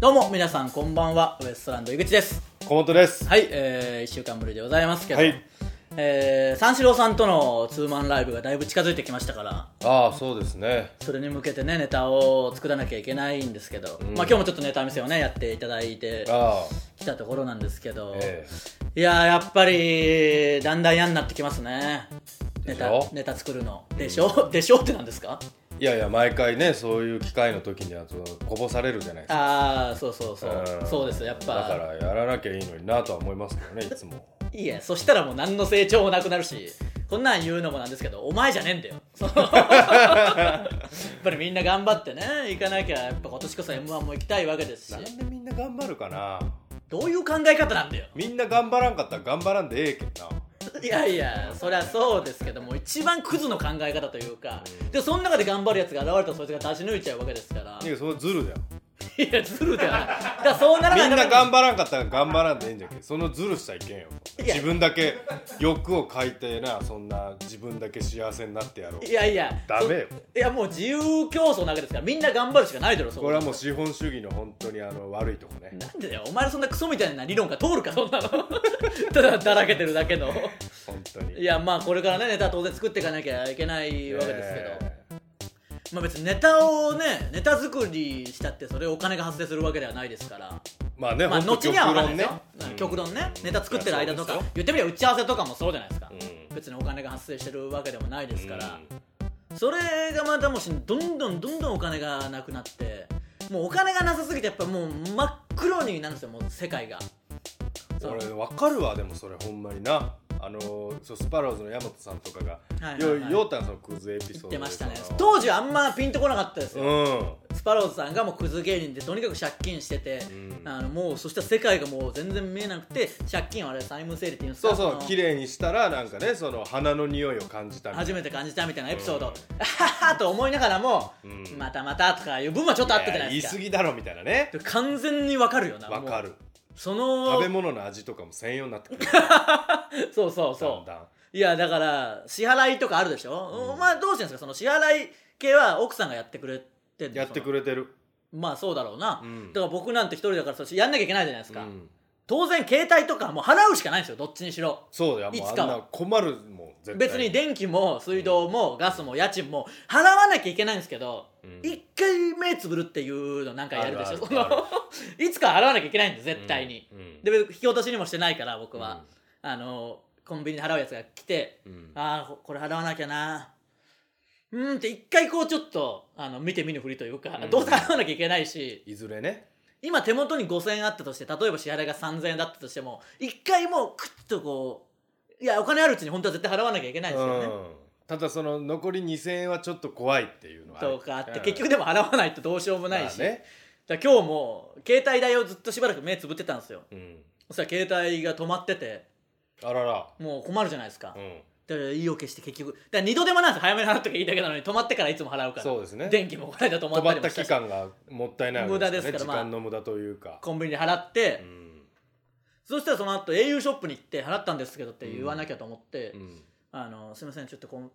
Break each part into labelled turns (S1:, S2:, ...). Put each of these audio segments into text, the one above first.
S1: どうも皆さんこんばんはウエストランド井口です
S2: 小本です。
S1: はい、え1週間ぶりでございますけど、
S2: はい
S1: えー三四郎さんとのツーマンライブがだいぶ近づいてきましたから
S2: ああ、そうですね。
S1: それに向けてねネタを作らなきゃいけないんですけど、まあ今日もちょっとネタ見せをねやっていただいて
S2: あ
S1: きたところなんですけど
S2: あ、、え
S1: いやーやっぱりだんだん嫌になってきますねネ
S2: でし
S1: タ
S2: ょ
S1: ネタ作るのでしょ、 でしょってなんですか
S2: えいやいや、毎回ね、そういう機会の時には、こぼされるじゃないですか。
S1: ああそうそうそう
S2: うん
S1: そうですやっぱ
S2: だから、やらなきゃいいのになとは思いますけどね、いつも。
S1: いいやそしたらもう何の成長もなくなるしこんなん言うのもなんですけどお前じゃねえんだよ そうやっぱりみんな頑張ってね行かなきゃやっぱ今年こそ m 1も行きたいわけですし
S2: なんでみんな頑張るかな。
S1: どういう考え方なんだよ
S2: みんな頑張らんかったら頑張らんでええけどな。
S1: いやいやそりゃそうですけども一番クズの考え方というかでその中で頑張るやつが現れたらそいつが出し抜いちゃうわけですから
S2: いや、そのズルだよ。
S1: いやずるではないだからそうなら
S2: み
S1: ない
S2: んな
S1: ため
S2: 頑張らんかったら頑張らんでええんじゃんけ。そのズルしちゃいけんよ。
S1: いや
S2: 自分だけ欲をかいてな、そんな自分だけ幸せになってやろう
S1: に。いやいや
S2: ダメよ
S1: そいやもう自由競争なわけですからみんな頑張るしかないだろそ
S2: これはもう資本主義の本当にあの悪いとこね。
S1: なんでだよお前のそんなクソみたいな理論が通るかそんなの ただだらけてるだけの
S2: 本当に。
S1: いやまあこれからねネタ当然作っていかなきゃいけないわけですけど、
S2: えー
S1: まあ別にネタをねネタ作りしたってそれお金が発生するわけではないですから
S2: まあね、
S1: まあ
S2: ほんと
S1: 後には分かんないですよ
S2: 極論
S1: 極論
S2: ね
S1: ね、ネタ作ってる間と
S2: い
S1: か
S2: やそうですよ
S1: 言ってみれば打ち合わせとかもそうじゃないですか、
S2: うん
S1: 別にお金が発生してるわけでもないですから、
S2: うん
S1: それがまたもしどんどんどんどんお金がなくなってもうお金がなさすぎてやっぱもう真っ黒になるんですよもう世界がそう
S2: 俺分かるわでもそれほんまになあのーそうスパローズの大和さんとかが
S1: はいはいは
S2: よ
S1: い
S2: ようたんそのクズエピ
S1: 言
S2: ソード
S1: っ
S2: で
S1: てましたね
S2: その
S1: 当時はあんまピンとこなかったですよ、
S2: うん
S1: スパローズさんがもうクズ芸人でとにかく借金してて、
S2: うん
S1: あのもうそしたら世界がもう全然見えなくて借金はあれ債務整理っていうんですか
S2: そうそ
S1: あ
S2: う
S1: の
S2: 綺麗にしたらなんかねその花の匂いを感じたみたい
S1: 初めて感じたみたいなエピソード、
S2: うん
S1: あははと思いながらも、
S2: うん
S1: またまたとかいう分はちょっとあったじゃないですか
S2: や言い過ぎだろみたいなね
S1: 完全にわかるよな
S2: 分かる
S1: もうそ
S2: 食
S1: の
S2: べ物の味とかも専用になってくる
S1: そう そう
S2: だ
S1: そ
S2: ん
S1: う
S2: だん
S1: いやだから支払いとかあるでしょ、お前どうしてんですかその支払い系は奥さんがやってくれてんの
S2: やってくれてる
S1: まあそうだろうな、
S2: うん
S1: だから僕なんて一人だからそれやんなきゃいけないじゃないです
S2: う
S1: か、
S2: ん
S1: 当然携帯とかもう払うしかないんですよどっちにしろ
S2: そうだよ
S1: い
S2: もうあ
S1: つ
S2: ん
S1: かは
S2: な困るもん絶対
S1: 別に電気も水道もガスも家賃も払わなきゃいけないんですけど、
S2: うん
S1: 一回目つぶるっていうのなんかやるでし
S2: あ
S1: ょ
S2: る
S1: そ
S2: あるある
S1: の いつか払わなきゃいけないんで絶対に、
S2: うんうん
S1: で引き落としにもしてないから僕は、あのコンビニで払うやつが来て、
S2: うん
S1: ああこれ払わなきゃなうーんって一回こうちょっとあの見て見ぬふりというか、
S2: うん
S1: どうせ払わなきゃいけないし
S2: いずれね
S1: 今手元に5000円あったとして例えば支払いが3000円だったとしても一回もうクッとこういやお金あるうちに本当は絶対払わなきゃいけないですよね、
S2: うん、ただその残り2000円はちょっと怖いっていうのは
S1: と
S2: る
S1: かあって
S2: うん
S1: 結局でも払わないとどうしようもないし、
S2: まあね
S1: だから今日も携帯代をずっとしばらく目つぶってたんですよ
S2: うん、
S1: そしたら携帯が止まってて
S2: あらら、
S1: もう困るじゃないですか、
S2: うん、
S1: だから意を決して結局だから二度手間なんですよ早めに払っときゃいいだけなのに止まってからいつも払うから
S2: そうですね
S1: 電気もこの間止まっ
S2: 止
S1: た
S2: ま
S1: りも
S2: った
S1: した
S2: 期
S1: し
S2: 間がもったいない
S1: 無
S2: わけです
S1: 駄
S2: ね
S1: ですからまあ
S2: 時間の無駄というか、
S1: コンビニで払って、
S2: うん
S1: そしたらその後 au ショップに行って払ったんですけどって言わなきゃと思って、
S2: うん
S1: あのすいませんちょっとこん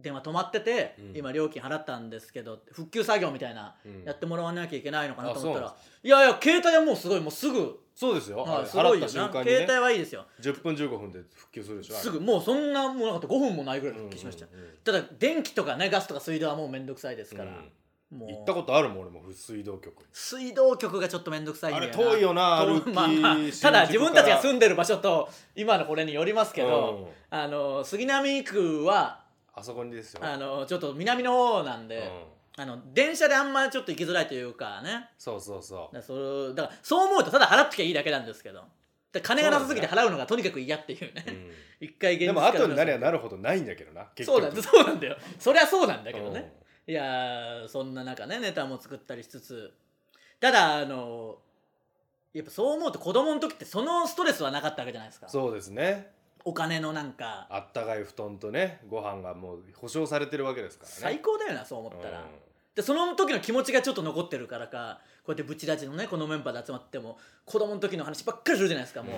S1: 電話止まってて、
S2: うん
S1: 今料金払ったんですけど復旧作業みたいな、
S2: うん
S1: やってもらわなきゃいけないのかなと思った
S2: あ
S1: ら
S2: そ
S1: いやいや携帯はもうすごいもうすぐ、
S2: そうですよ、
S1: はい、す
S2: あれ
S1: ご
S2: 払
S1: い
S2: っ
S1: よ
S2: た
S1: な
S2: 瞬間に、
S1: 携
S2: ね
S1: 帯、はいいですよ
S2: 10分15分で復旧するでしょ
S1: すぐもうそんなもうなかった5分もないぐらいで復
S2: 復
S1: 旧しました、
S2: うんうんうん
S1: ただ電気とかねガスとか水道はもうめんどくさいですから、もう
S2: 行ったことあるもん俺も水道局
S1: 水道局がちょっと面倒くさいんだよな
S2: あれ遠いよな
S1: 遠い
S2: 歩 き
S1: まあまあ
S2: 新宿
S1: た
S2: から
S1: だ自分たちが住んでる場所と今のこれによりますけど、
S2: う
S1: あの杉並区は
S2: あそこにですよ、
S1: あのちょっと南の方なん
S2: うん
S1: で、あの電車であんまちょっと行きづらいというかね
S2: そうそうそ
S1: だからそ
S2: う
S1: うだからそう思うとただ払っときゃいいだけなんですけどで金がなさすぎて払うのがとにかく嫌っていうね、
S2: ん
S1: 一回現
S2: で
S1: 実
S2: も後になり
S1: れ
S2: ゃなるほどないんだけどな結
S1: そう
S2: 局
S1: なんだそうなんだよそりゃそうなんだけどね、いやーそんな中ねネタも作ったりしつつただあのやっぱそう思うと子供の時ってそのストレスはなかったわけじゃないですか
S2: うんそうですね
S1: お金のなんか
S2: あったかい布団とねご飯がもう保証されてるわけですから
S1: 最
S2: ね
S1: 高だよなそう思ったら、
S2: うん
S1: でその時の気持ちがちょっと残ってるからかこうやってブチラジのねこのメンバーで集まっても子 供の時の話ばっかりするじゃないですかも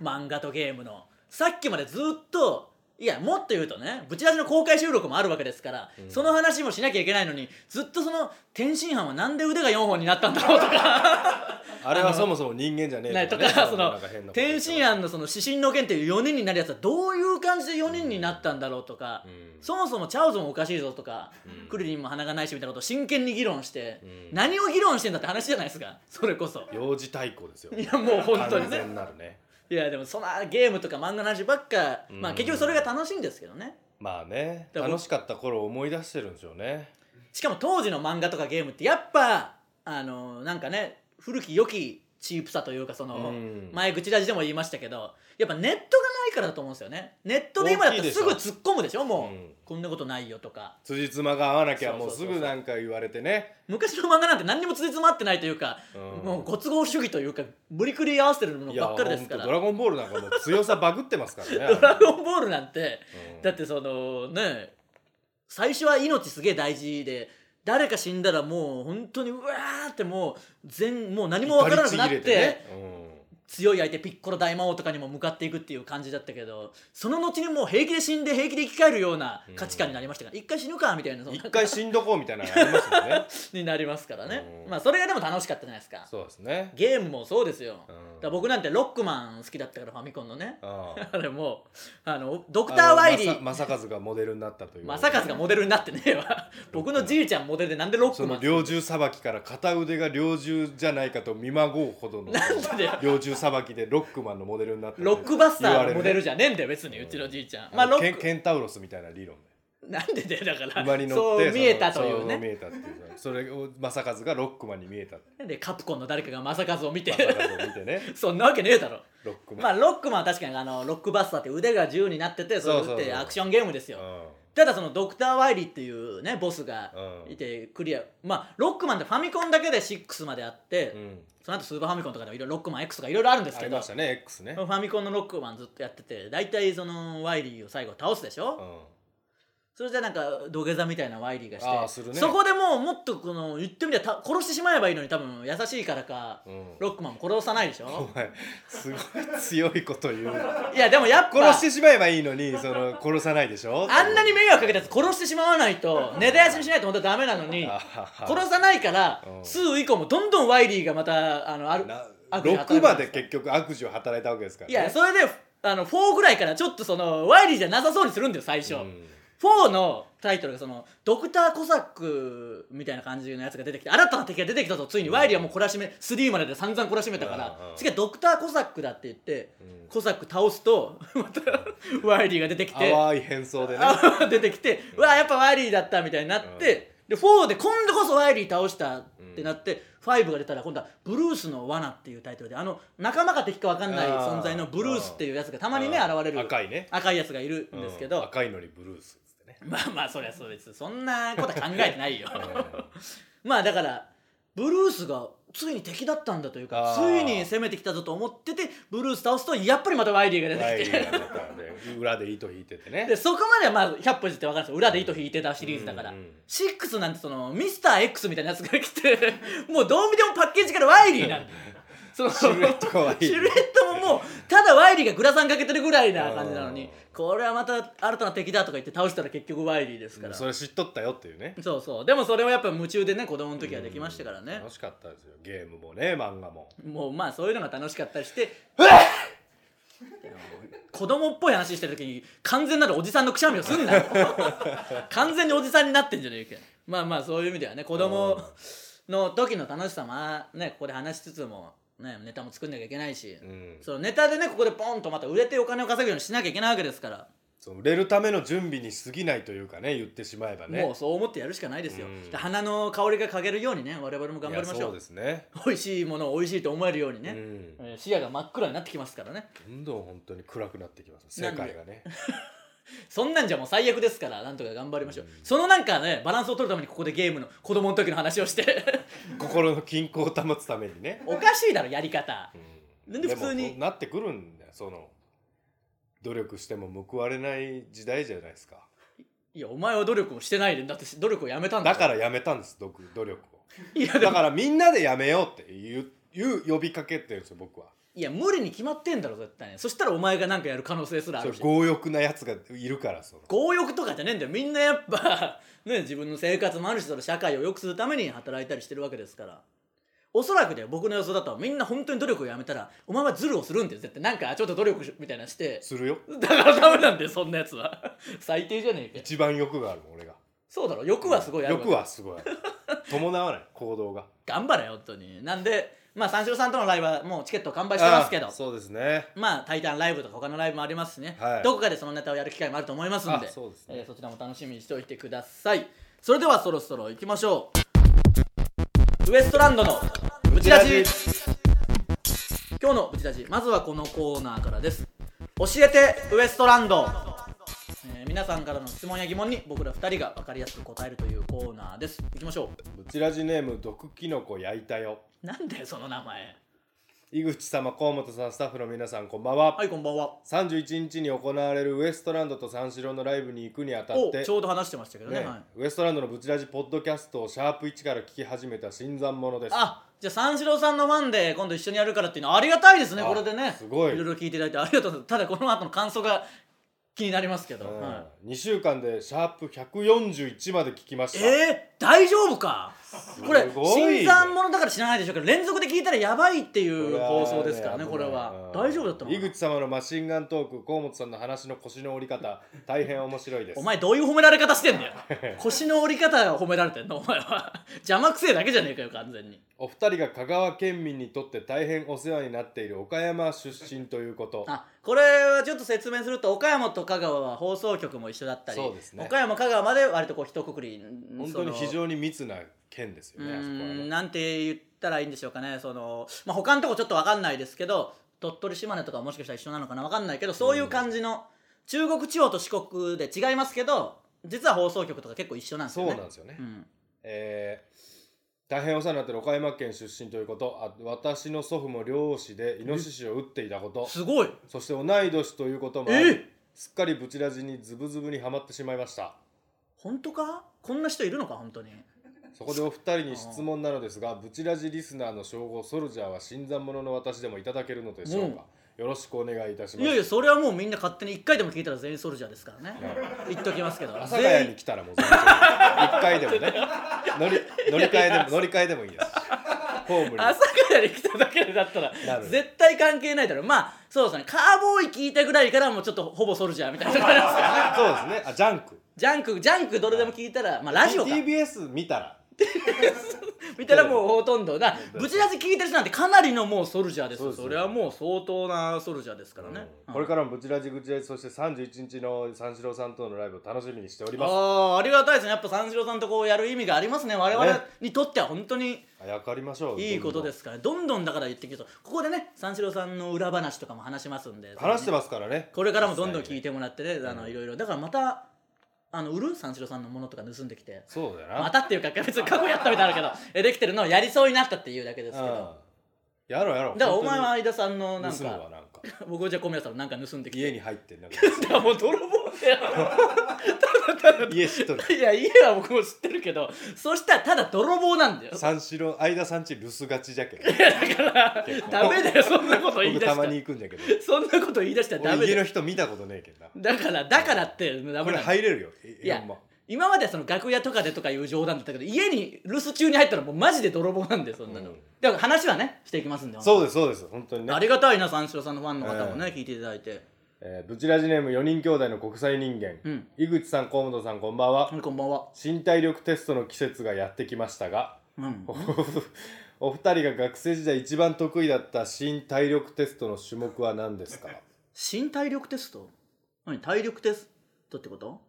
S1: う漫画とゲームのさっきまでずっといやもっと言うとねブチラジの公開収録もあるわけですから、
S2: うん
S1: その話もしなきゃいけないのにずっとその天津飯はなんで腕が4本になったんだろうとか
S2: あれはそもそも人間じゃね
S1: ね
S2: え
S1: と
S2: ね
S1: かその
S2: なんか変なこと言
S1: 天
S2: って
S1: 津飯のその指針の件っていう4人になるやつはどういう感じで4人になったんだろうとか、
S2: うん
S1: そもそもチャオズもおかしいぞとか、
S2: うん
S1: クリリンも鼻がないしみたいなことを真剣に議論して、
S2: うん
S1: 何を議論してんだって話じゃないですかそれこそ。
S2: 幼児対抗ですよ
S1: いやもう本当に
S2: 完
S1: ね
S2: 全なるね
S1: いやでもそんなゲームとか漫画の話ばっか、
S2: うん
S1: まあ結局それが楽しいんですけどね
S2: まあね
S1: だから
S2: 楽しかった頃を思い出してるんでしょうね
S1: しかも当時の漫画とかゲームってやっぱあのなんかね古き良きチープさというかその、
S2: うん
S1: 前口ラジでも言いましたけどやっぱネットがないからだと思うんですよねネットで今だったらすぐ突っ込むでしょもう、
S2: うん
S1: こんなことないよとか
S2: 辻褄が合わなきゃもうす
S1: そうそうそうそう
S2: ぐなんか言われてね
S1: 昔の漫画なんて何にもつじつまってないというか、
S2: うん
S1: もうご都合主義というか無理くり合わせてるの
S2: いや
S1: ばっかりですか
S2: ほ
S1: ら
S2: んとドラゴンボールなんかもう強さバグってま すからね
S1: ドラゴンボールなんて
S2: うん
S1: だってそのね最初は命すげえ大事で誰か死んだらもう本当にうわーってもう全もう何もわからなくなって
S2: 怒りちぎれね
S1: 強い相手ピッコロ大魔王とかにも向かっていくっていう感じだったけどその後にもう平気で死んで平気で生き返るような価値観になりましたから、一回死ぬかみたいなそ
S2: うんん
S1: な
S2: 一回死んどこうみたいなのあります もんね
S1: になりますからね、
S2: うん
S1: まあそれがでも楽しかったじゃないですか
S2: そうですね
S1: ゲームもそうですよ、だか
S2: うん
S1: ら僕なんてロックマン好きだったからファミコンのね、
S2: ああ
S1: あれもあのドクター・ワイリー
S2: まさ正和がモデルになったという
S1: 正和がモデルになってねえ わ僕のじいちゃんモデルでなんでロック
S2: そ
S1: マ
S2: の
S1: ン
S2: 猟銃さばきから片腕が猟銃じゃないかと見まごうほどの
S1: なんでだよ
S2: 猟銃さばきでロックマンのモデルになったと
S1: ロックバスタ
S2: 言わ
S1: ーの
S2: れるね
S1: モデルじゃねえんだよ別にうちのじいちゃん、まあ
S2: あの
S1: ロ
S2: ケ
S1: ッ
S2: ン
S1: ク
S2: ケンタウロスみたいな理論で
S1: なんでだよだから
S2: 馬に乗っ
S1: そ
S2: て
S1: う見えたという
S2: その見
S1: ね
S2: えたっていうそれを正和がロックマンに見えたって
S1: でカプコンの誰かが正和を見て
S2: 正和を見てね
S1: そんなわけねえだろ
S2: ロックマン、
S1: まあロックマンは確かにあのロックバスターって腕が自由になっててそれを打っ
S2: そうそう
S1: て
S2: そう
S1: アクションゲームですよただそのドクター・ワイリーっていうねボスがいてクリアまあロックマンってファミコンだけで6まであって、
S2: うん、うん、
S1: その後スーパーファミコンとかでもいろいろロックマン X とかいろいろあるんです
S2: あ
S1: け
S2: り
S1: ど
S2: ましたね X ね、
S1: ファミコンのロックマンずっとやってて大体そのワイリーを最後倒すでしょ、
S2: うん
S1: それじゃなんか土下座みたいなワイリーが
S2: あー
S1: し
S2: す
S1: て、
S2: るね
S1: そこでもうもっとこの言ってみりゃた殺してしまえばいいのに多分優しいからか、
S2: うん
S1: ロックマンも殺さないでしょ
S2: お前すごい強いこと言うない
S1: やでもやっぱ
S2: 殺してしまえばいいのにその殺さないでしょ
S1: あんなに迷惑かけたやつ殺してしまわないと根絶やしにしないと本当はダメなのに
S2: あはは
S1: 殺さないから
S2: うん
S1: 2以降もどんどんワイリーがまたあのある
S2: な
S1: 悪事働く
S2: 6まで結局悪事を働いたわけですから、
S1: い
S2: ね、
S1: やそれであの4ぐらいからちょっとそのワイリーじゃなさそうにするんだよ最初、
S2: うん
S1: 4のタイトルがそのドクター・コサックみたいな感じのやつが出てきて新たな敵が出てきたとついにワイリーはもう懲らしめ3までで散々懲らしめたから
S2: うんうん
S1: 次はドクター・コサックだって言って
S2: うん
S1: コサック倒すと またワイリーが出てきて
S2: 淡い変装でね
S1: あ 出てきてうわやっぱワイリーだったみたいになってで4で今度こそワイリー倒したってなって5が出たら今度は「ブルースの罠」っていうタイトルであの仲間か敵か分かんない存在のブルースっていうやつがたまにね
S2: うん
S1: 現れる
S2: 赤いね
S1: 赤いやつがいるんですけど
S2: うん赤いのにブルースっつ ってね
S1: まあまあそりゃそうですそんなことは考えて ないよ まあだからブルースがついに敵だったんだというか
S2: あ
S1: つ
S2: ー
S1: いに攻めてきたぞと思っててブルース倒すとやっぱりまたワイリーが
S2: ワイ
S1: 出て
S2: リ
S1: き
S2: ー
S1: て
S2: が出たんで裏で糸引いててね
S1: でそこまではまあ100歩譲って分かるんですよ裏で糸引いてたシリーズだから、
S2: うんうん
S1: 6なんてそのミスター X みたいなやつが来て もうどう見てもパッケージからワイリーなんだよその
S2: シルエットがワイリー
S1: シルエットももうただワイリーがグラサンかけてるぐらいな感じなの
S2: う
S1: に
S2: ん
S1: これはまた新たな敵だとか言って倒したら結局ワイリーですから、
S2: それ知っとったよっていうね
S1: そうそうでもそれをやっぱ夢中でね子供の時はできましたからね
S2: 楽しかったですよゲームもね漫画も
S1: もうまあそういうのが楽しかったりしてでも子供っぽい話してる時に完全なるおじさんのくしゃみをすん なよ完全におじさんになってんじゃねえかよまあまあそういう意味ではね子供の時の楽しさもあねここで話しつつも、ね、ネタも作んなきゃいけないし、
S2: うん
S1: そのネタでねここでポンとまた売れてお金を稼ぐようにしなきゃいけないわけですから
S2: そう売れるための準備に過ぎないというかね言ってしまえばね
S1: もうそう思ってやるしかないですよ、
S2: うん
S1: で花の香りが嗅げるようにね我々も頑張りま
S2: いや
S1: しょ
S2: そう
S1: う
S2: ですね
S1: 美味しいものを美味しいと思えるようにね、
S2: うん
S1: えー視野が真っ暗になってきますからね
S2: どんどん本当に暗くなってきます世界がね
S1: そんなんじゃもう最悪ですからなんとか頑張りましょう、そのなんかねバランスを取るためにここでゲームの 子供の時の話をして
S2: 心の均衡を保つためにね
S1: おかしいだろやり方
S2: うん
S1: なんで普通に
S2: もそうなってくるんだよその努力しても報われない時代じゃないですか
S1: いやお前は努力もしてないでだって努力をやめたんだ
S2: だかららやめたんです努努力を
S1: いやで
S2: だ
S1: も
S2: からみんなでやめようっていういう呼びかけてるんですよ僕は
S1: いや無理に決まってんだろ絶対にそしたらお前が何かやる可能性すらあ
S2: そう
S1: るし
S2: 強欲なやつがいるからその
S1: 強欲とかじゃねえんだよみんなやっぱ ね自分の生活もあるしその社会を良くするために働いたりしてるわけですからおそらくだよ僕の予想だとみんな本当に努力をやめたらお前はズルをするんだよ絶対なんかちょっと努力しみたいなして
S2: するよ
S1: だからダメなんだよそんなやつは 最低じゃねえかよ
S2: 一番欲があるもん俺が
S1: そうだろ欲はすごいあるわけ
S2: 欲はすごいある伴わない行動が
S1: 頑張れよ本当になんでまあ三四郎さんとのライブはもうチケット完売してますけど
S2: あそうですね
S1: まあ「タイタンライブ」とか他のライブもありますしね、
S2: はい
S1: どこかでそのネタをやる機会もあると思いますんで
S2: あそうですね
S1: えーそちらも楽しみにしておいてくださいそれではそろそろ行きましょうウエストランドのブチラジ今日のブチラジまずはこのコーナーからです教えてウエストランド、えー皆さんからの質問や疑問に僕ら2人が分かりやすく答えるというコーナーです行きましょ
S2: ブチラジネーム毒キノコ焼いたよ
S1: うなんだよその名前
S2: 井口様河本さんスタッフの皆さんこんばんは、
S1: はいこんばんは
S2: 31日に行われるウエストランドと三四郎のライブに行くにあたっ
S1: お
S2: て
S1: ちょうど話してましたけどね
S2: ね
S1: はい、
S2: ウエストランドのブチラジポッドキャストをシャープ1から聞き始めた新参者です
S1: あじゃあ三四郎さんのファンで今度一緒にやるからっていうのはありがたいですね
S2: あ
S1: これでね
S2: すごい
S1: ろいろ聞いていただいてありがとうございますただこの後の感想が気になりますけど、
S2: うん
S1: は
S2: 2週間でシャープ141まで聞きま
S1: い
S2: した、
S1: えー、大丈夫かこれ
S2: ごいね
S1: 新参者だから知らないでしょうけど連続で聞いたらやばいってい
S2: これ
S1: う
S2: は
S1: 放送ですからね
S2: 危ない
S1: これは
S2: うん
S1: 大丈夫だったの
S2: 井
S1: かな
S2: 口様のマシンガントーク河本さんの話の腰の折り 方大変面白いです
S1: お前どういう褒められ方してんだよ腰の折り方が褒められてんのお前は邪魔くせえだけじゃねえかよ完全に
S2: お二人が香川県民にとって大変お世話になっている岡山出身ということ
S1: あこれはちょっと説明すると岡山と香川は放送局も一緒だったり
S2: そうですね
S1: 岡山香川まで割とこう一括りん
S2: 本当
S1: その
S2: に非常に密な県ですよ
S1: う
S2: ねあそこは
S1: ーん
S2: ね
S1: なんて言ったらいいんでしょうかねその、まあ、他のとこちょっと分かんないですけど鳥取島根とかもしかしたら一緒なのかな分かんないけどそういう感じの、中国地方と四国で違いますけど実は放送局とか結構一緒なんです
S2: そ
S1: よ
S2: う
S1: ね
S2: なんですよね、
S1: うん
S2: えー大変お世話になっている岡山県出身ということあ私の祖父も漁師でイノシシを撃っていたこと
S1: すごい
S2: そして同い年ということもあり
S1: え
S2: すっかりブチラジにズブズブにはまってしまいました
S1: 本当かこんな人いるのか本当に
S2: そこでお二人に質問なのですがブチラジリスナーの称号ソルジャーは新参者の私でもいただけるのでしょうか、よろしくお願いいたします
S1: いやいやそれはもうみんな勝手に1回でも聞いたら全員ソルジャーですからね言っときますけど
S2: 阿佐ヶ
S1: 全
S2: 谷
S1: 員
S2: に来たらもう全然一回でもね乗り乗り換えでも乗り換えでもいいですしホームに
S1: 朝から来ただけでだったら
S2: なる
S1: 絶対関係ないだろうまあそうですねカーボーイ聞いたぐらいからもうちょっとほぼソルジャーみたいな感じ ですからね
S2: そうですねあジャンク
S1: ジャンクジャンクどれでも聞いたらまあラジオか
S2: TBS 見たら
S1: 見たらもうほとんどなぶち出し聞いてる人なんてかなりのもうソルジャーです
S2: そう
S1: よ
S2: で
S1: そ
S2: すよ
S1: れはもう相当なソルジャーですからね、
S2: うんこれからもブチラジグチラジそして31日の三四郎さんとのライブを楽しみにしております
S1: ああありがたいですねやっぱ三四郎さんとこうやる意味がありますね我々
S2: ね
S1: にとっては本当に
S2: あやかりましょう
S1: いいことですすからどんどんだから言っていくとここでね三四郎さんの裏話とかも話しますんで
S2: 話して
S1: ま
S2: ますからね
S1: これからもどんどん聞い
S2: て
S1: てもらってねあのいろいろだからまたあの売る三四郎さんのものとか盗んできて
S2: そうだよな
S1: またっていうか別に過去やったみたいなのある けどえできてるのをやりそうになったっていうだけですけど
S2: うんやろうやろう
S1: だからお前は
S2: 本
S1: 相田さんの
S2: 当
S1: な
S2: に
S1: ん
S2: 盗むわ
S1: か
S2: なんか
S1: 僕はじゃあ小宮さんのなんか盗んできて
S2: 家に入っ てなんか
S1: だからもう泥棒だよ
S2: 家知っとる
S1: いや家は僕も知ってるけどそしたらただ泥棒なんだよ
S2: 三四郎相田さんち留守がちじゃけど
S1: ダメだよそんなこと言い
S2: 僕
S1: 出した
S2: ま
S1: たら
S2: に行くんじゃけど
S1: そんなこと言い出したら ダメだ
S2: 俺家
S1: よ
S2: の人見たことねえけどな
S1: だからだからってダ
S2: こ
S1: メ
S2: れ
S1: なの
S2: 入れるよえ
S1: いや
S2: ほんま
S1: 今まではその楽屋とかでとかいう冗談だったけど家に留守中に入ったらもうマジで泥棒なんでそんなの、
S2: うん
S1: だから話はねしていきますんで
S2: そう
S1: う
S2: ですそうです本当にね
S1: ありがたいな三四郎さんのファンの方もね、
S2: うん
S1: 聞いていただいて
S2: えーブチラジネーム4人兄弟の国際人間、
S1: うん
S2: 井口さん河本さんこんばんは、
S1: はいこんばんは
S2: 身体力テストの季節がやってきましたが
S1: うん
S2: お お二人が学生時代一番得意だった身体力テストの種目は何ですか
S1: 身体力テスト何体力テストってこと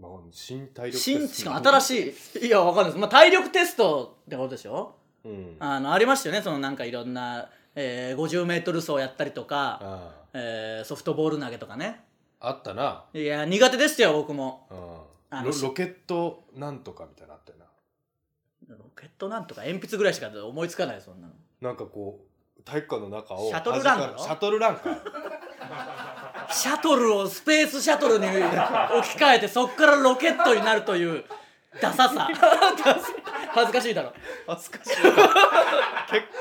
S2: まあ身体力テ
S1: 新
S2: ス
S1: し
S2: ト
S1: かも新しいいやわかんないです、まあ、体力テストってことでしょ
S2: うんあ
S1: あのありましたよねそのなんかいろんな、えー、50m 走やったりとか、
S2: あ
S1: えーソフトボール投げとかね
S2: あったない
S1: や苦手でしたよ僕も
S2: うん
S1: あの
S2: ロロケットなんとかみたいなのあったよな
S1: ロケットなんとか鉛筆ぐらいしか思いつかないそんなの
S2: なんかこう体育館の中を
S1: シャトルランだろ
S2: 端からシャトルランか
S1: シャトルをスペースシャトルに置き換えてそっからロケットになるというダサさダサ恥ずかしいだろ
S2: 恥ずかしいな結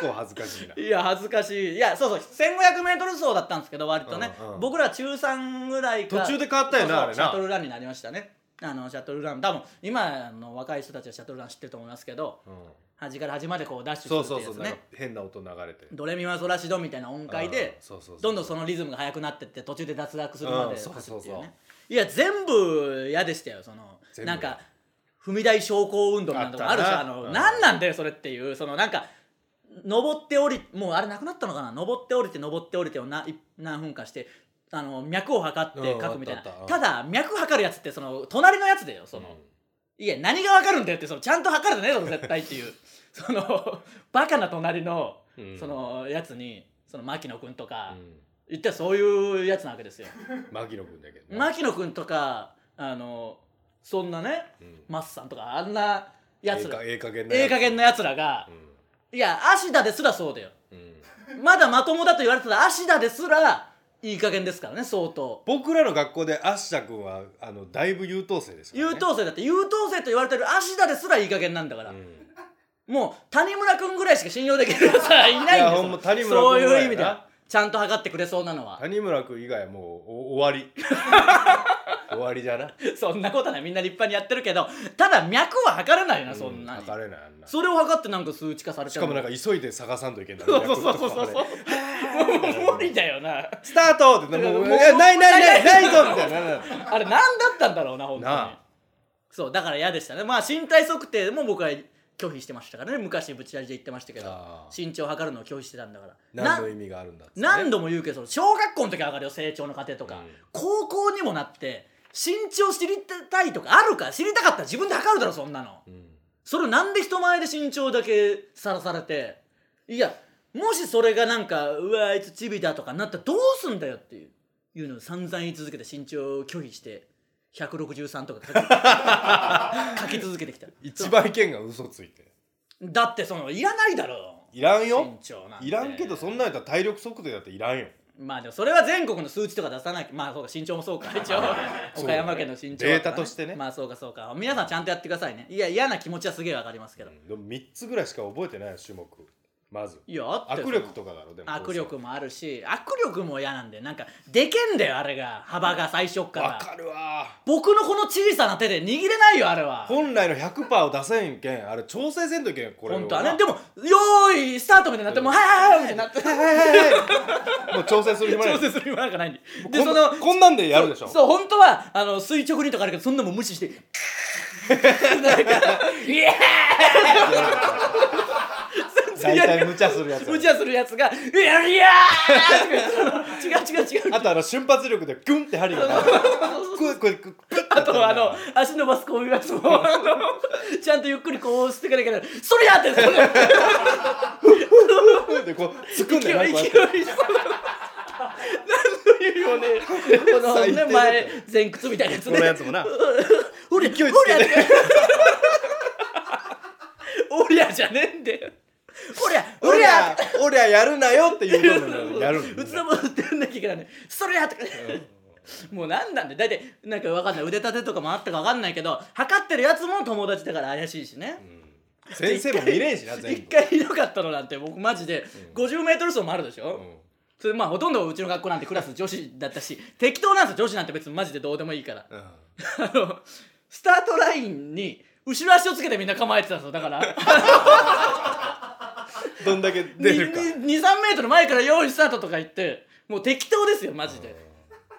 S2: 構恥ずかしいない
S1: や恥ずかしいいやそうそう 1500m 走だったんですけど割とね、
S2: うんうん
S1: 僕ら中3ぐらいか
S2: 途中で変わったよな
S1: そうそう
S2: あれな
S1: シャトルランになりましたねあのシャトルラン多分今の若い人たちはシャトルラン知ってると思いますけど
S2: うん
S1: 端から端までこうダッシ
S2: そ
S1: ュ
S2: う
S1: する
S2: そ
S1: っ
S2: う
S1: て
S2: そ
S1: やつ
S2: うなんか
S1: ね
S2: 変な音流れて
S1: ドレミファソラシドみたいな音階で
S2: うんそうそうそう
S1: どんどんそのリズムが速くなってって途中で脱落するまで
S2: うん
S1: 走
S2: そう
S1: って
S2: そう
S1: い
S2: そうう
S1: ねいや全部嫌でしたよその
S2: 全部
S1: なんか踏み台昇降運動みたいなとこあるし
S2: あっ
S1: あ
S2: たな
S1: の
S2: うん
S1: 何なんだよそれっていうそのなんか登って降りもうあれなくなったのかな登って降りて登って降りてをない何分かしてあの脈を測って書くみたいな
S2: うんあったあった
S1: ただ脈測るやつってその隣のやつだよそのいや何が分かるんだよってそのちゃんと測るねえだろ絶対っていう そのバカな隣の
S2: うん
S1: そのやつにその牧野君と
S2: う
S1: か、
S2: ん
S1: 言ったらそういうやつなわけですよ
S2: 牧野君だけどな
S1: 牧野君とかあのそんなね
S2: うん
S1: マスさんとかあんなやつら
S2: ええかええ加減な
S1: ええ加減なやつらが
S2: う、ん
S1: いや芦田ですらそうだよ
S2: うん
S1: まだまともだと言われてた芦田ですらいい加減ですからね相当
S2: 僕らの学校でアッシャ君はあのだいぶ優等生ですから
S1: 優
S2: ね
S1: 等生だって優等生と言われてる芦田ですらいい加減なんだから、
S2: うん
S1: もう谷村君ぐらいしか信用できるやつ はいないんです
S2: い
S1: よ
S2: やほんま谷村君
S1: そう
S2: ぐら
S1: いう
S2: いやな
S1: 意味ではちゃんと測ってくれそうなのは
S2: 谷村君以外はもうお終わり終わりじゃな
S1: そんなことないみんな立派にやってるけどただ脈は測れないよなそんなに、
S2: 測れないあんなし
S1: それを測ってなんか数値化されちゃう
S2: かもなんか
S1: か
S2: 急いで探さんといけない
S1: そうそうそうそうそう
S2: 役とかもね
S1: もう無理だよな
S2: スタートってなもう
S1: もう
S2: いやないないないないぞみたいなな
S1: あれ何だったんだろうな本当に
S2: なあ
S1: そうだから嫌でしたねまあ身体測定も僕は拒否してましたからね昔ブチラジで言ってましたけど
S2: ああ
S1: 身長を測るのを拒否してたんだから
S2: 何
S1: な
S2: の意味があるんだっつってね
S1: 何度も言うけどその小学校の時は上がるよ成長の過程とか、
S2: うん
S1: 高校にもなって身長知りたいとかあるか知りたかったら自分で測るだろそんなの
S2: うん
S1: それをなんで人前で身長だけさらされていやもしそれがなんかうわあいつチビだとかなったらどうすんだよっていういうのを散々言い続けて身長を拒否して163とか書き 書き続けてきた
S2: 一番意見が嘘ついて
S1: だってそのいらないだろ
S2: いらんよ
S1: 身長なんて
S2: いらんけどそんなんやったら体力測定だっていらんよ
S1: まあでもそれは全国の数値とか出さなきゃまあそうか身長もそうか一応
S2: そう
S1: 岡山県の身長とかね
S2: データとしてね
S1: まあそうかそうか皆さんちゃんとやってくださいねいや嫌な気持ちはすげえわかりますけど、
S2: でも3つぐらいしか覚えてないよ種目まず
S1: いやあって
S2: 握力とかだろでも
S1: 握力もあるし握力も嫌なんでなんかでけんだよあれが幅が最初か
S2: わ
S1: ら
S2: かるわ
S1: 僕のこの小さな手で握れないよあれは
S2: 本来の100%を出せんけんあれ調整せんといけんこれを
S1: 本当はねでも「よーいスタート」みたいになってもう「はいはいはい」みたいになって
S2: はいはいはいもう調整する暇ない
S1: 調整する暇なんかないんでで
S2: こ
S1: そ
S2: ん
S1: の
S2: こんなんでやるでしょ
S1: そう本当はあの垂直にとかあるけどそんなもん無視して「なんかイエーイ!」
S2: 大体無茶するやつ
S1: 無茶するやつが「いやいやー!」違う違う違う
S2: あとあの瞬発力でグンって針が鳴るこうこうこうグッて
S1: あとあの
S2: なる
S1: 足伸ばすこういうやつもあのちゃんとゆっくりこうしていかなきゃいけないそれやってそれ
S2: でこうつくんだよ
S1: 勢
S2: ないこうや
S1: 勢い
S2: って
S1: 何の意味もねこの
S2: 最低だ
S1: ね
S2: よ
S1: 前前屈みたいなやつ
S2: こ
S1: ね
S2: のやつもな
S1: おりゃ
S2: 勢いつ
S1: おりゃ
S2: けて
S1: おりゃじゃねえんだよおりゃお
S2: おり
S1: りゃ
S2: ゃおりゃやるなよって言うとんだよやるんだ
S1: う
S2: よ
S1: つのもってやんなきゃいけないねそれやとかもうなんなんで大体なんかわかんない腕立てとかもあったかわかんないけど測ってるやつも友達だから怪しいしね、
S2: 先生も見れんしな全部
S1: 一回ひどかったのなんて僕マジで 50m 走もあるでしょ、
S2: うん
S1: それまあほとんどうちの学校なんてクラス女子だったし適当なんですよ女子なんて別にマジでどうでもいい から
S2: うん
S1: あのスタートラインに後ろ足をつけてみんな構えてたんですよだから
S2: どんだけ 出るか
S1: 23メートル前から用意スタートとか言ってもう適当ですよマジで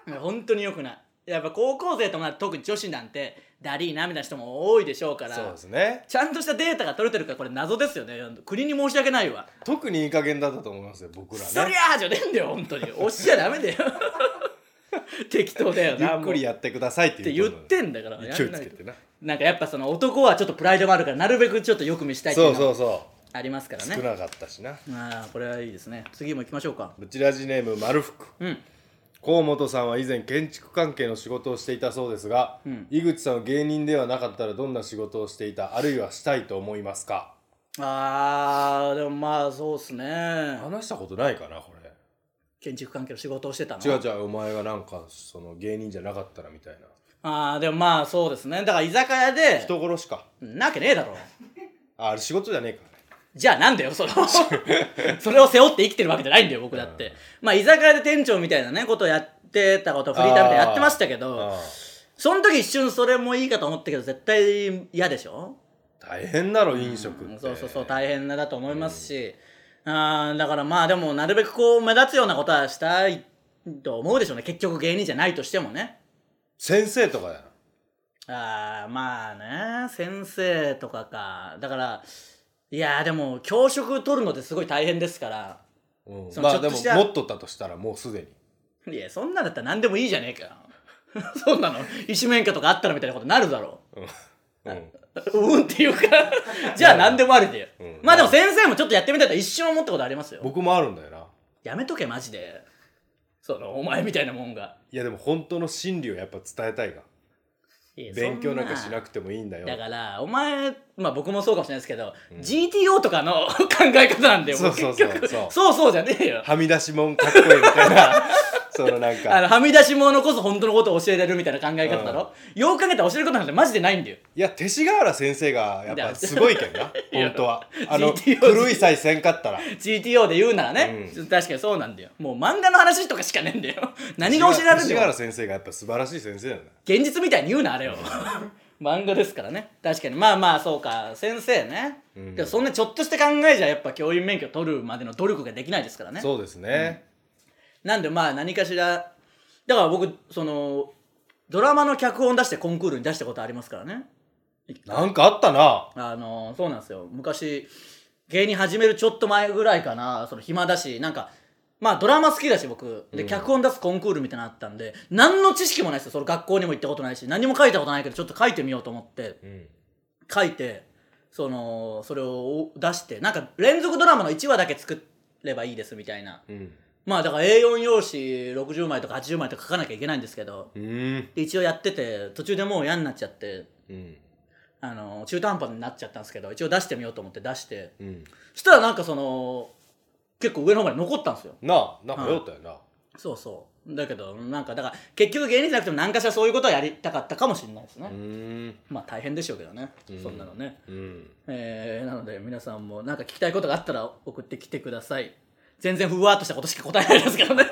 S1: いや本当によくないやっぱ高校生とか特に女子なんてダリーなみたいな人も多いでしょうから
S2: そうですね
S1: ちゃんとしたデータが取れてるからこれ謎ですよね国に申し訳ないわ
S2: 特にいい加減だったと思いますよ僕らね
S1: そりゃあじゃねえんだよ本当に押しちゃダメだよ 適当だよ
S2: ゆ
S1: な
S2: っくり
S1: も
S2: やってくださいっ
S1: うってて言
S2: 言
S1: っ
S2: うこと
S1: てんだからやんない
S2: 勢い
S1: と
S2: つけてな
S1: なんかやっぱその男はちょっとプライドもあるからなるべくちょっとよく見したいってい
S2: そううそ
S1: の
S2: うそ
S1: ありますから
S2: う少
S1: ね
S2: なかったしな
S1: まあこれはいいですね次も行きましょうか
S2: ブチラジネーム丸福
S1: うん
S2: 河本さんは以前建築関係の仕事をしていたそうですが、
S1: うん
S2: 井口さんは芸人ではなかったらどんな仕事をしていたあるいはしたいと思いますか
S1: あーでもまあそうっすね
S2: 話したことないかなこれ
S1: 建築関係の仕事をしてたの
S2: 違う違うお前がなんかその芸人じゃなかったらみたいな
S1: あーでもまあそうですねだから居酒屋で
S2: 人殺しか
S1: なわけねえだろ
S2: ああれ仕事じゃねえか
S1: じゃあなんだよその それを背負って生きてるわけじゃないんだよ僕だって、まあ居酒屋で店長みたいなねことをやってたことフリーターみたいなのやってましたけど
S2: ああ
S1: その時一瞬それもいいかと思ったけど絶対嫌でしょ
S2: 大変だろ飲食って、
S1: そうそうそう大変なだと思いますし、あーだからまあでもなるべくこう目立つようなことはしたいと思うでしょうね結局芸人じゃないとしてもね
S2: 先生とかだよ
S1: あーまあね先生とかかだからいやーでも教職取るのってすごい大変ですから
S2: うん
S1: その
S2: ま
S1: ち
S2: あ
S1: ょっと
S2: でも
S1: した
S2: 持っとったとしたらもうすでに
S1: いやそんなんだったら何でもいいじゃねえかよ そんなの医師免許とかあったらみたいなことになるだろ
S2: うん
S1: ううんっていうか じゃあ何でもありで、
S2: うん
S1: まあでも先生もちょっとやってみたいと一瞬思ったことありますよ
S2: 僕もあるんだよな
S1: やめとけマジでそのお前みたいなもんが
S2: いやでも本当の真理をやっぱ伝えたいが
S1: いや
S2: 勉強なんかし
S1: そ
S2: なくてもいいんだよ
S1: だからお前まあ僕もそうかもしれないですけど、GTO とかの 考え方なんだよも
S2: そうそ
S1: 結
S2: うそう
S1: 局
S2: そう
S1: そうそうじゃねえよ
S2: はみ出しもんかっこいいみたいな そのなん
S1: あ
S2: か
S1: のはみ出し者こそ本当のことを教えれるみたいな考え方だろ、よう考えたら教えることなんてマジでないんだよ
S2: いや勅使河原先生がやっぱすごいけんな本当はあの
S1: GTO
S2: 狂いさえせんかったら
S1: GTO で言うならね、
S2: う
S1: 確かにそうなんだよもう漫画の話とかしかねえんだよ何が教えられるん
S2: 勅
S1: だ
S2: 使
S1: よ
S2: 河原先生がやっぱ素晴らしい先生なんだ
S1: 現実みたいに言うなあれを漫画ですからね確かにまあまあそうか先生ね、
S2: うん
S1: でもそんなちょっとした考えじゃやっぱ教員免許取るまでの努力ができないですからね
S2: そうですね、
S1: なんでまあ何かしらだから僕そのドラマの脚本出してコンクールに出したことありますからね
S2: なんかあったな
S1: あのそうなんですよ昔芸人始めるちょっと前ぐらいかなその暇だしなんかまあドラマ好きだし僕で脚本出すコンクールみたいなのあったんで、何の知識もないですよその学校にも行ったことないし何も書いたことないけどちょっと書いてみようと思って
S2: うん
S1: 書いてそのそれを出してなんか連続ドラマの1話だけ作ればいいですみたいな
S2: うん
S1: まあだから A4 用紙60枚とか80枚とか書かなきゃいけないんですけど
S2: うん
S1: で一応やってて途中でもう嫌になっちゃって
S2: うん
S1: あの中途半端になっちゃったんですけど一応出してみようと思って出して
S2: うん
S1: そしたらなんかその結構上の方まで残ったんですよ
S2: なあなんかよったよな、
S1: そうそうだけどなんかだから結局芸人じゃなくても何かしらそういうことはやりたかったかもしれないですね、
S2: うん
S1: まあ大変でしょうけどね、そんなのね
S2: うん
S1: えー、なので皆さんもなんか聞きたいことがあったら送ってきてください全然ふわっとしたことしか答えないですけどね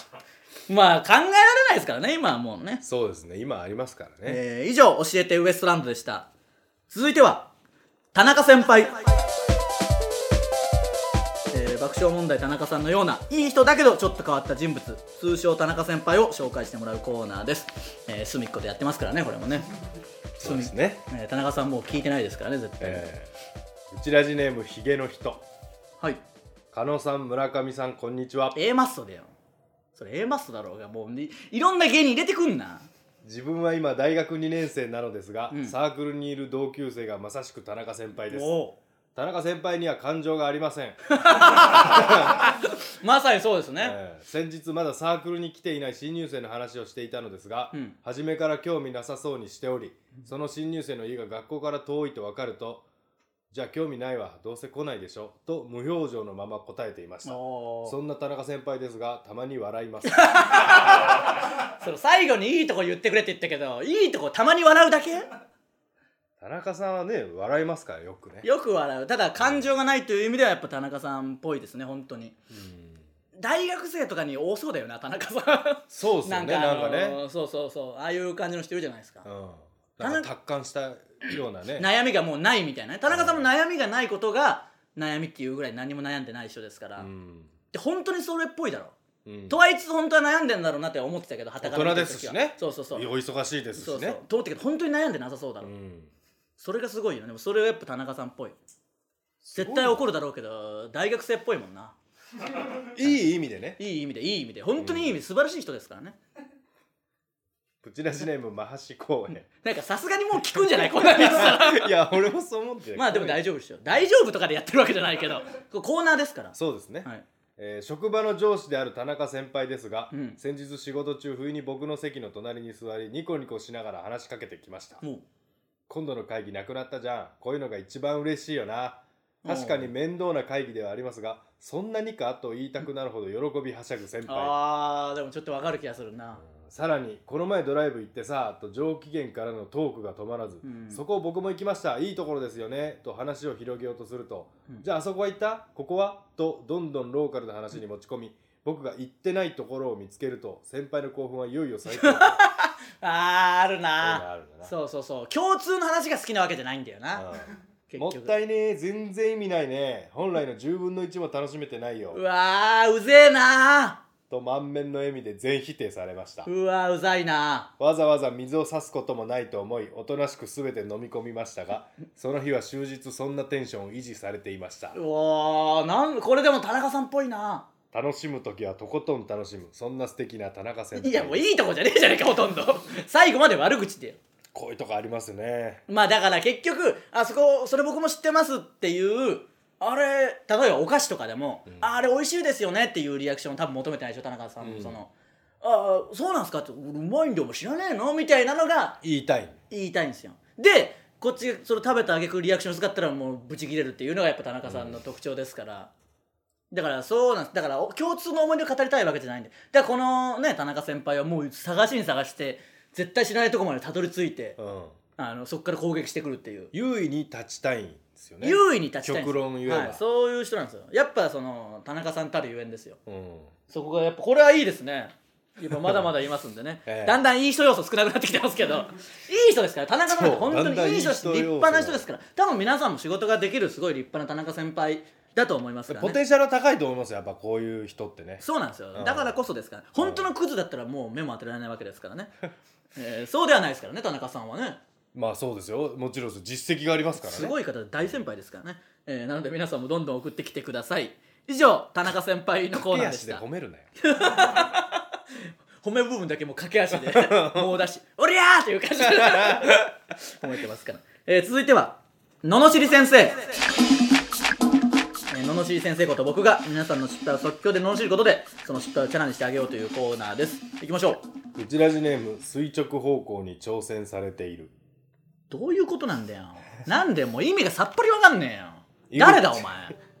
S1: まあ考えられないですからね今はもうね、
S2: そうですね今ありますからね、
S1: えー、以上教えてウエストランドでした続いては田中先輩、えー爆笑問題田中さんのようないい人だけどちょっと変わった人物通称田中先輩を紹介してもらうコーナーです、えー、隅っこでやってますからねこれもね
S2: そうですね
S1: えー田中さんもう聞いてないですからね絶対、
S2: えー、うちラジネームひげの人
S1: はい
S2: 加納さん村上さんこんにちは
S1: A マストだよそれ A マストだろうがもういいろんな芸人入れてくんな
S2: 自分は今大学2年生なのですが、
S1: うん
S2: サークルにいる同級生がまさしく田中先輩です
S1: お
S2: 田中先輩には感情がありませ ん、
S1: まさにそうですね、
S2: えー先日まだサークルに来ていない新入生の話をしていたのですが、
S1: うん
S2: 初めから興味なさそうにしておりその新入生の家が学校から遠いと分かるとじゃあ興味ないわどうせ来ないでしょと無表情のまま答えていました
S1: おー
S2: そんな田中先輩ですがたまに笑います
S1: その最後にいいとこ言ってくれって言ったけどいいとこたまに笑うだけ
S2: 田中さんはね笑いますからよくね
S1: よく笑うただ感情がないという意味ではやっぱ田中さんっぽいですね本当に
S2: うん
S1: 大学生とかに多そうだよな田中さ
S2: そうっ
S1: ん
S2: す
S1: な
S2: よ
S1: ん
S2: ね
S1: か,、
S2: な
S1: あ
S2: ん
S1: の
S2: かね
S1: そうそうそうああいう感じの人いるじゃないですか、
S2: うん、なんか達観したようなね
S1: 悩みがもうないみたいなね田中さんも悩みがないことが悩みっていうぐらい何も悩んでない人ですから、
S2: うん
S1: で本当にそれっぽいだろ
S2: うん
S1: とはいつ本当は悩んでんだろうなって思ってたけど働
S2: 大人ですしね
S1: そうそうそう
S2: お忙しいですし
S1: そうそう、
S2: ね
S1: 通ってけど本当に悩んでなさそうだろ、う
S2: うん
S1: それがすごいよねでもそれはやっぱ田中さんっぽい絶対怒るだろうけど大学生っぽいもんない
S2: い意味でね
S1: いい意味でいい意味で本当にいい意味で素晴らしい人ですからね
S2: プチラジネームマハシ公園
S1: なんかさすがにもう聞くんじゃ ないこんなにさ
S2: いや俺もそう思って
S1: まあでも大
S2: 丈
S1: 丈夫ですよ大丈夫とかでやってるわけじゃないけどこれコーナーですから
S2: そうですね、
S1: はい
S2: えー職場の上司である田中先輩ですが、
S1: うん
S2: 先日仕事中不意に僕の席の隣に座りニコニコしながら話しかけてきました
S1: もう
S2: 今度の会議なくなったじゃんこういうのが一番嬉しいよな確かに面倒な会議ではありますがそんなにかと言いたくなるほど喜びはしゃぐ先輩
S1: あーでもちょっとわかる気がするな
S2: さらにこの前ドライブ行ってさと上機嫌からのトークが止まらず、
S1: うん
S2: そこを僕も行きましたいいところですよねと話を広げようとすると、
S1: うん
S2: じゃああそこは行ったここはとどんどんローカルな話に持ち込み、僕が行ってないところを見つけると先輩の興奮はいよいよ 最高
S1: あーあるな
S2: あるんだな
S1: そうそうそう共通の話が好きなわけじゃないんだよな
S2: うん
S1: 結
S2: も
S1: 局
S2: ったいねえ全然意味ないね本来の10分の1も楽しめてないよ
S1: うわーうぜえな
S2: と満面の笑みで全否定されました
S1: うわーうざいな
S2: わざわざ水を差すこともないと思いおとなしく全て飲み込みましたがその日は終日そんなテンションを維持されていました
S1: うわーなんこれでも田中さんっぽいな
S2: 楽しむ時はとことん楽しむそんな素敵な田中先輩
S1: いやもういいとこじゃねえじゃねえかほとんど最後まで悪口でよ
S2: こういうとこありますね
S1: まあだから結局あそこそれ僕も知ってますっていうあれ例えばお菓子とかでも、
S2: ん
S1: ああれ美味しいですよねっていうリアクションを多分求めてないでしょ田中さんも、
S2: うん
S1: その「ああそうなんすか?」って「うまいんだお前知らねえの?」みたいなのが
S2: 言いたい
S1: 言いたいんですよでこっちそれ食べたあげくリアクション使ったらもうブチ切れるっていうのがやっぱ田中さんの特徴ですから、だからそうなんですだからお共通の思い出を語りたいわけじゃないんでだからこのね田中先輩はもう探しに探して絶対知らないとこまでたどり着いて、
S2: うん
S1: あのそこから攻撃してくるっていう
S2: 優位に立ちたいんですよね
S1: 優位に立ちたいんです
S2: 極論言えば
S1: はい、そういう人なんですよやっぱその田中さんたるゆえんですよ
S2: うん
S1: そこがやっぱこれはいいですねやっぱまだまだいますんでね、
S2: ええ
S1: だんだんいい人要素少なくなってきてますけ どいい人ですから田中さんって本当
S2: そうだんだん
S1: にいい人です
S2: いい人要素
S1: 立派な人ですから多分皆さんも仕事ができるすごい立派な田中先輩だと思いますから、ね、
S2: ポテンシャルは高いと思いますよやっぱこういう人ってね
S1: そうなんですよ
S2: うん
S1: だからこそですから本当のクズだったらもう目も当てられないわけですから ね、えーそうではないですからね田中さんはね
S2: まあそうですよもちろんです実績がありますからね
S1: すごい方で大先輩ですからね、えーなので皆さんもどんどん送ってきてください以上田中先輩のコーナーでし
S2: 手
S1: た
S2: 足で褒めるなよ
S1: 褒め部分だけもう駆け足 でもう出し「おりゃー!」っていう感じ で褒めてますから、えー続いては罵り先生えー罵り先生こと僕が皆さんの失敗を即興で罵ることでその失敗をチャラにしてあげようというコーナーですいきましょう
S2: うちラジネーム垂直方向に挑戦されている
S1: どういうことなんだよなんでもう意味がさっぱりわかんねえ
S2: 井口
S1: よ誰だお前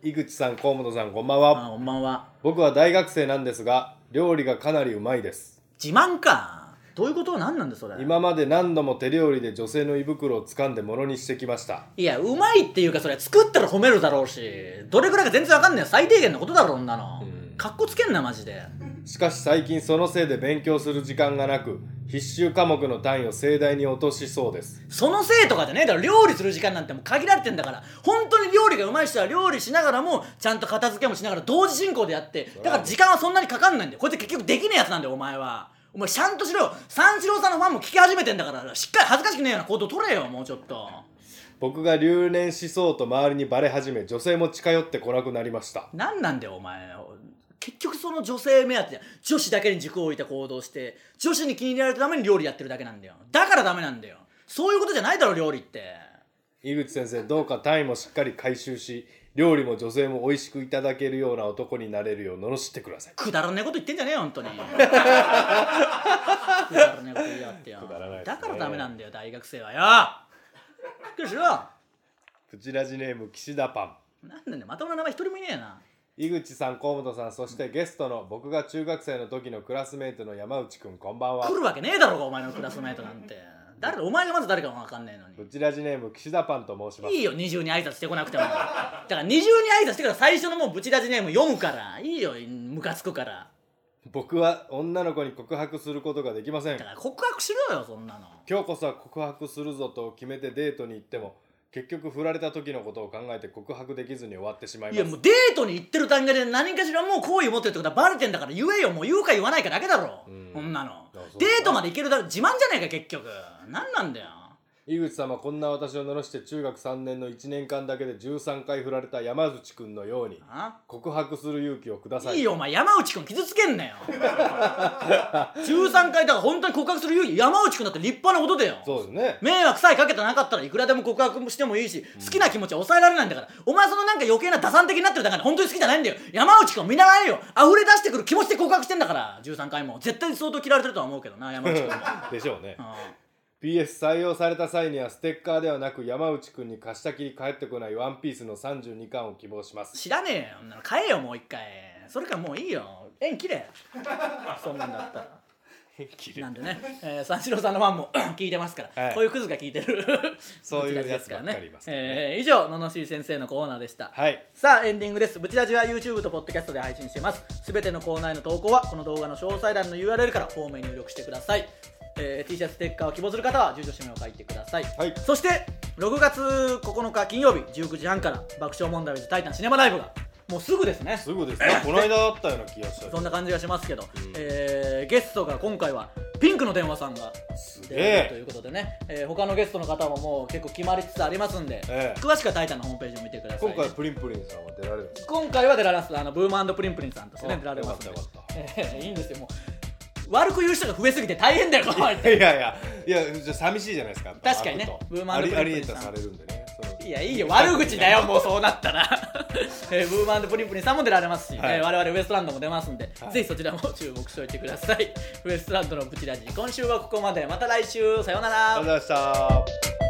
S2: 井口さん河本さんこんばんは、
S1: あおまんは
S2: 僕は大学生なんですが料理がかなりうまいです
S1: 自慢かどういうことなんなんでそれ
S2: 今まで何度も手料理で女性の胃袋を掴んでものにしてきました
S1: いやうまいっていうかそれ作ったら褒めるだろうしどれぐらいか全然わかんないよ最低限のことだろそんなの
S2: うん
S1: かっこつけんなマジで
S2: しかし最近そのせいで勉強する時間がなく必修科目の単位を盛大に落としそうです
S1: そのせいとかじゃねえだろ料理する時間なんてもう限られてんだから本当に料理がうまい人は料理しながらもちゃんと片付けもしながら同時進行でやってだから時間はそんなにかかんないんだよこいつ結局できねえやつなんだよお前はお前ちゃんとしろよ三四郎さんのファンも聞き始めてんだからしっかり恥ずかしくねえような行動取れよもうちょっと
S2: 僕が留年しそうと周りにバレ始め女性も近寄ってこなくなりました
S1: 何なんだよお前結局その女性目当てじゃん女子だけに軸を置いた行動をして女子に気に入られるために料理やってるだけなんだよだからダメなんだよそういうことじゃないだろ料理って
S2: 井口先生どうか単位もしっかり回収し料理も女性も美味しくいただけるような男になれるよう罵ってください
S1: くだらねえこと言ってんじゃねえよ本当 にくだらねえこと言いやがってよ
S2: くだらないですね
S1: だからダメなんだよ大学生はよびっくりしろな
S2: プチラジネーム岸田パン
S1: んなんだよまともな名前一人もいねえな
S2: 井口さん河本さんそしてゲストの僕が中学生の時のクラスメイトの山内くんこんばんは
S1: 来るわけねえだろうがお前のクラスメートなんて誰だお前がまず誰かも分かんねえのに
S2: ブチラジネーム岸田パンと申します
S1: いいよ二重に挨拶してこなくてもだから二重に挨拶してから最初のもうブチラジネーム読むからいいよムカつくから
S2: 僕は女の子に告白することができません
S1: だから告白しろよそんなの
S2: 今日こそは告白するぞと決めてデートに行っても結局振られた時のことを考えて告白できずに終わってしまい
S1: い
S2: ま
S1: や
S2: す
S1: もうデートに行ってる段階で何かしらもう好意を持ってるってことはバレてんだから言えよもう言うか言わないかだけだろ
S2: うん
S1: こんなの
S2: そうだ
S1: デートまで行けるだろ自慢じゃないか結局何なんだよ
S2: 井口様こんな私を罵して中学3年の1年間だけで13回振られた山内くんのように
S1: あ
S2: 告白する勇気をください
S1: いいよお前山内くん傷つけんなよ13回だから本当に告白する勇気山内くんだって立派なことだよ
S2: そうですね
S1: 迷惑さえかけてなかったらいくらでも告白もしてもいいし好きな気持ちは抑えられないんだからお前そのなんか余計な打算的になってるだけで本当に好きじゃないんだよ山内君見習えよ溢れ出してくる気持ちで告白してんだから13回も絶対相当嫌われてるとは思うけどな 山内君も
S2: でしょうね
S1: うん
S2: PS 採用された際にはステッカーではなく山内くんに貸したきり帰ってこないワンピースの32巻を希望 します
S1: 知らねえよそんなの買えよもう一回それかもういいよ縁切れそんなんだったら
S2: 切れ
S1: な
S2: る
S1: んでね、えー三四郎さんのファンも 聞いてますから、
S2: はい
S1: こういうクズが聞いてる
S2: そういう
S1: ブチラジですら
S2: やつばっかり いますからね
S1: えー以上ののしい先生のコーナーでした、
S2: はい
S1: さあエンディングですブチラジは YouTube と Podcast で配信してますすべてのコーナーへの投稿はこの動画の詳細欄の URL からフォームへ入力してください、えー T シャツステッカーを希望する方は住所氏名を書いてください、
S2: はい
S1: そして6月9日金曜日19時半から爆笑問題 with タイタンシネマライブがもうすぐですね
S2: すぐですねこの間あったような気がした
S1: そんな感じがしますけど、
S2: ん
S1: えーゲストが今回はピンクの電話さんが
S2: すげ
S1: 出ると
S2: え
S1: いうことでね、えー他のゲストの方ももう結構決まりつつありますんで、
S2: ええ
S1: 詳しくは「タイタン」のホームページを見てください
S2: 今
S1: ね、
S2: 回プリンプリンさんは出られるんですか
S1: 今回は出られますあのブームプリンプリンさんとしてね
S2: あ
S1: 出られますんで
S2: よかったよかっ
S1: えーいいんですよもう悪く言う人が増えすぎて大変だよこの前
S2: いやいやいやいやじゃあ寂しいじゃないですか
S1: 確かにね
S2: 会うと
S1: ブーマン
S2: あ
S1: ドプ
S2: り
S1: リン
S2: あ
S1: プリン
S2: りえ
S1: さん
S2: たされるんでねその
S1: いやいいよ悪口だよもうそうなったら、えーブーマンプリンプリンさんも出られますし、ね
S2: はい
S1: 我々ウエストランドも出ますんで、
S2: はい
S1: ぜひそちらも注目しておいてくださいウエストランドのブチラジ今週はここまでまた来週さようなら
S2: ありがとうございました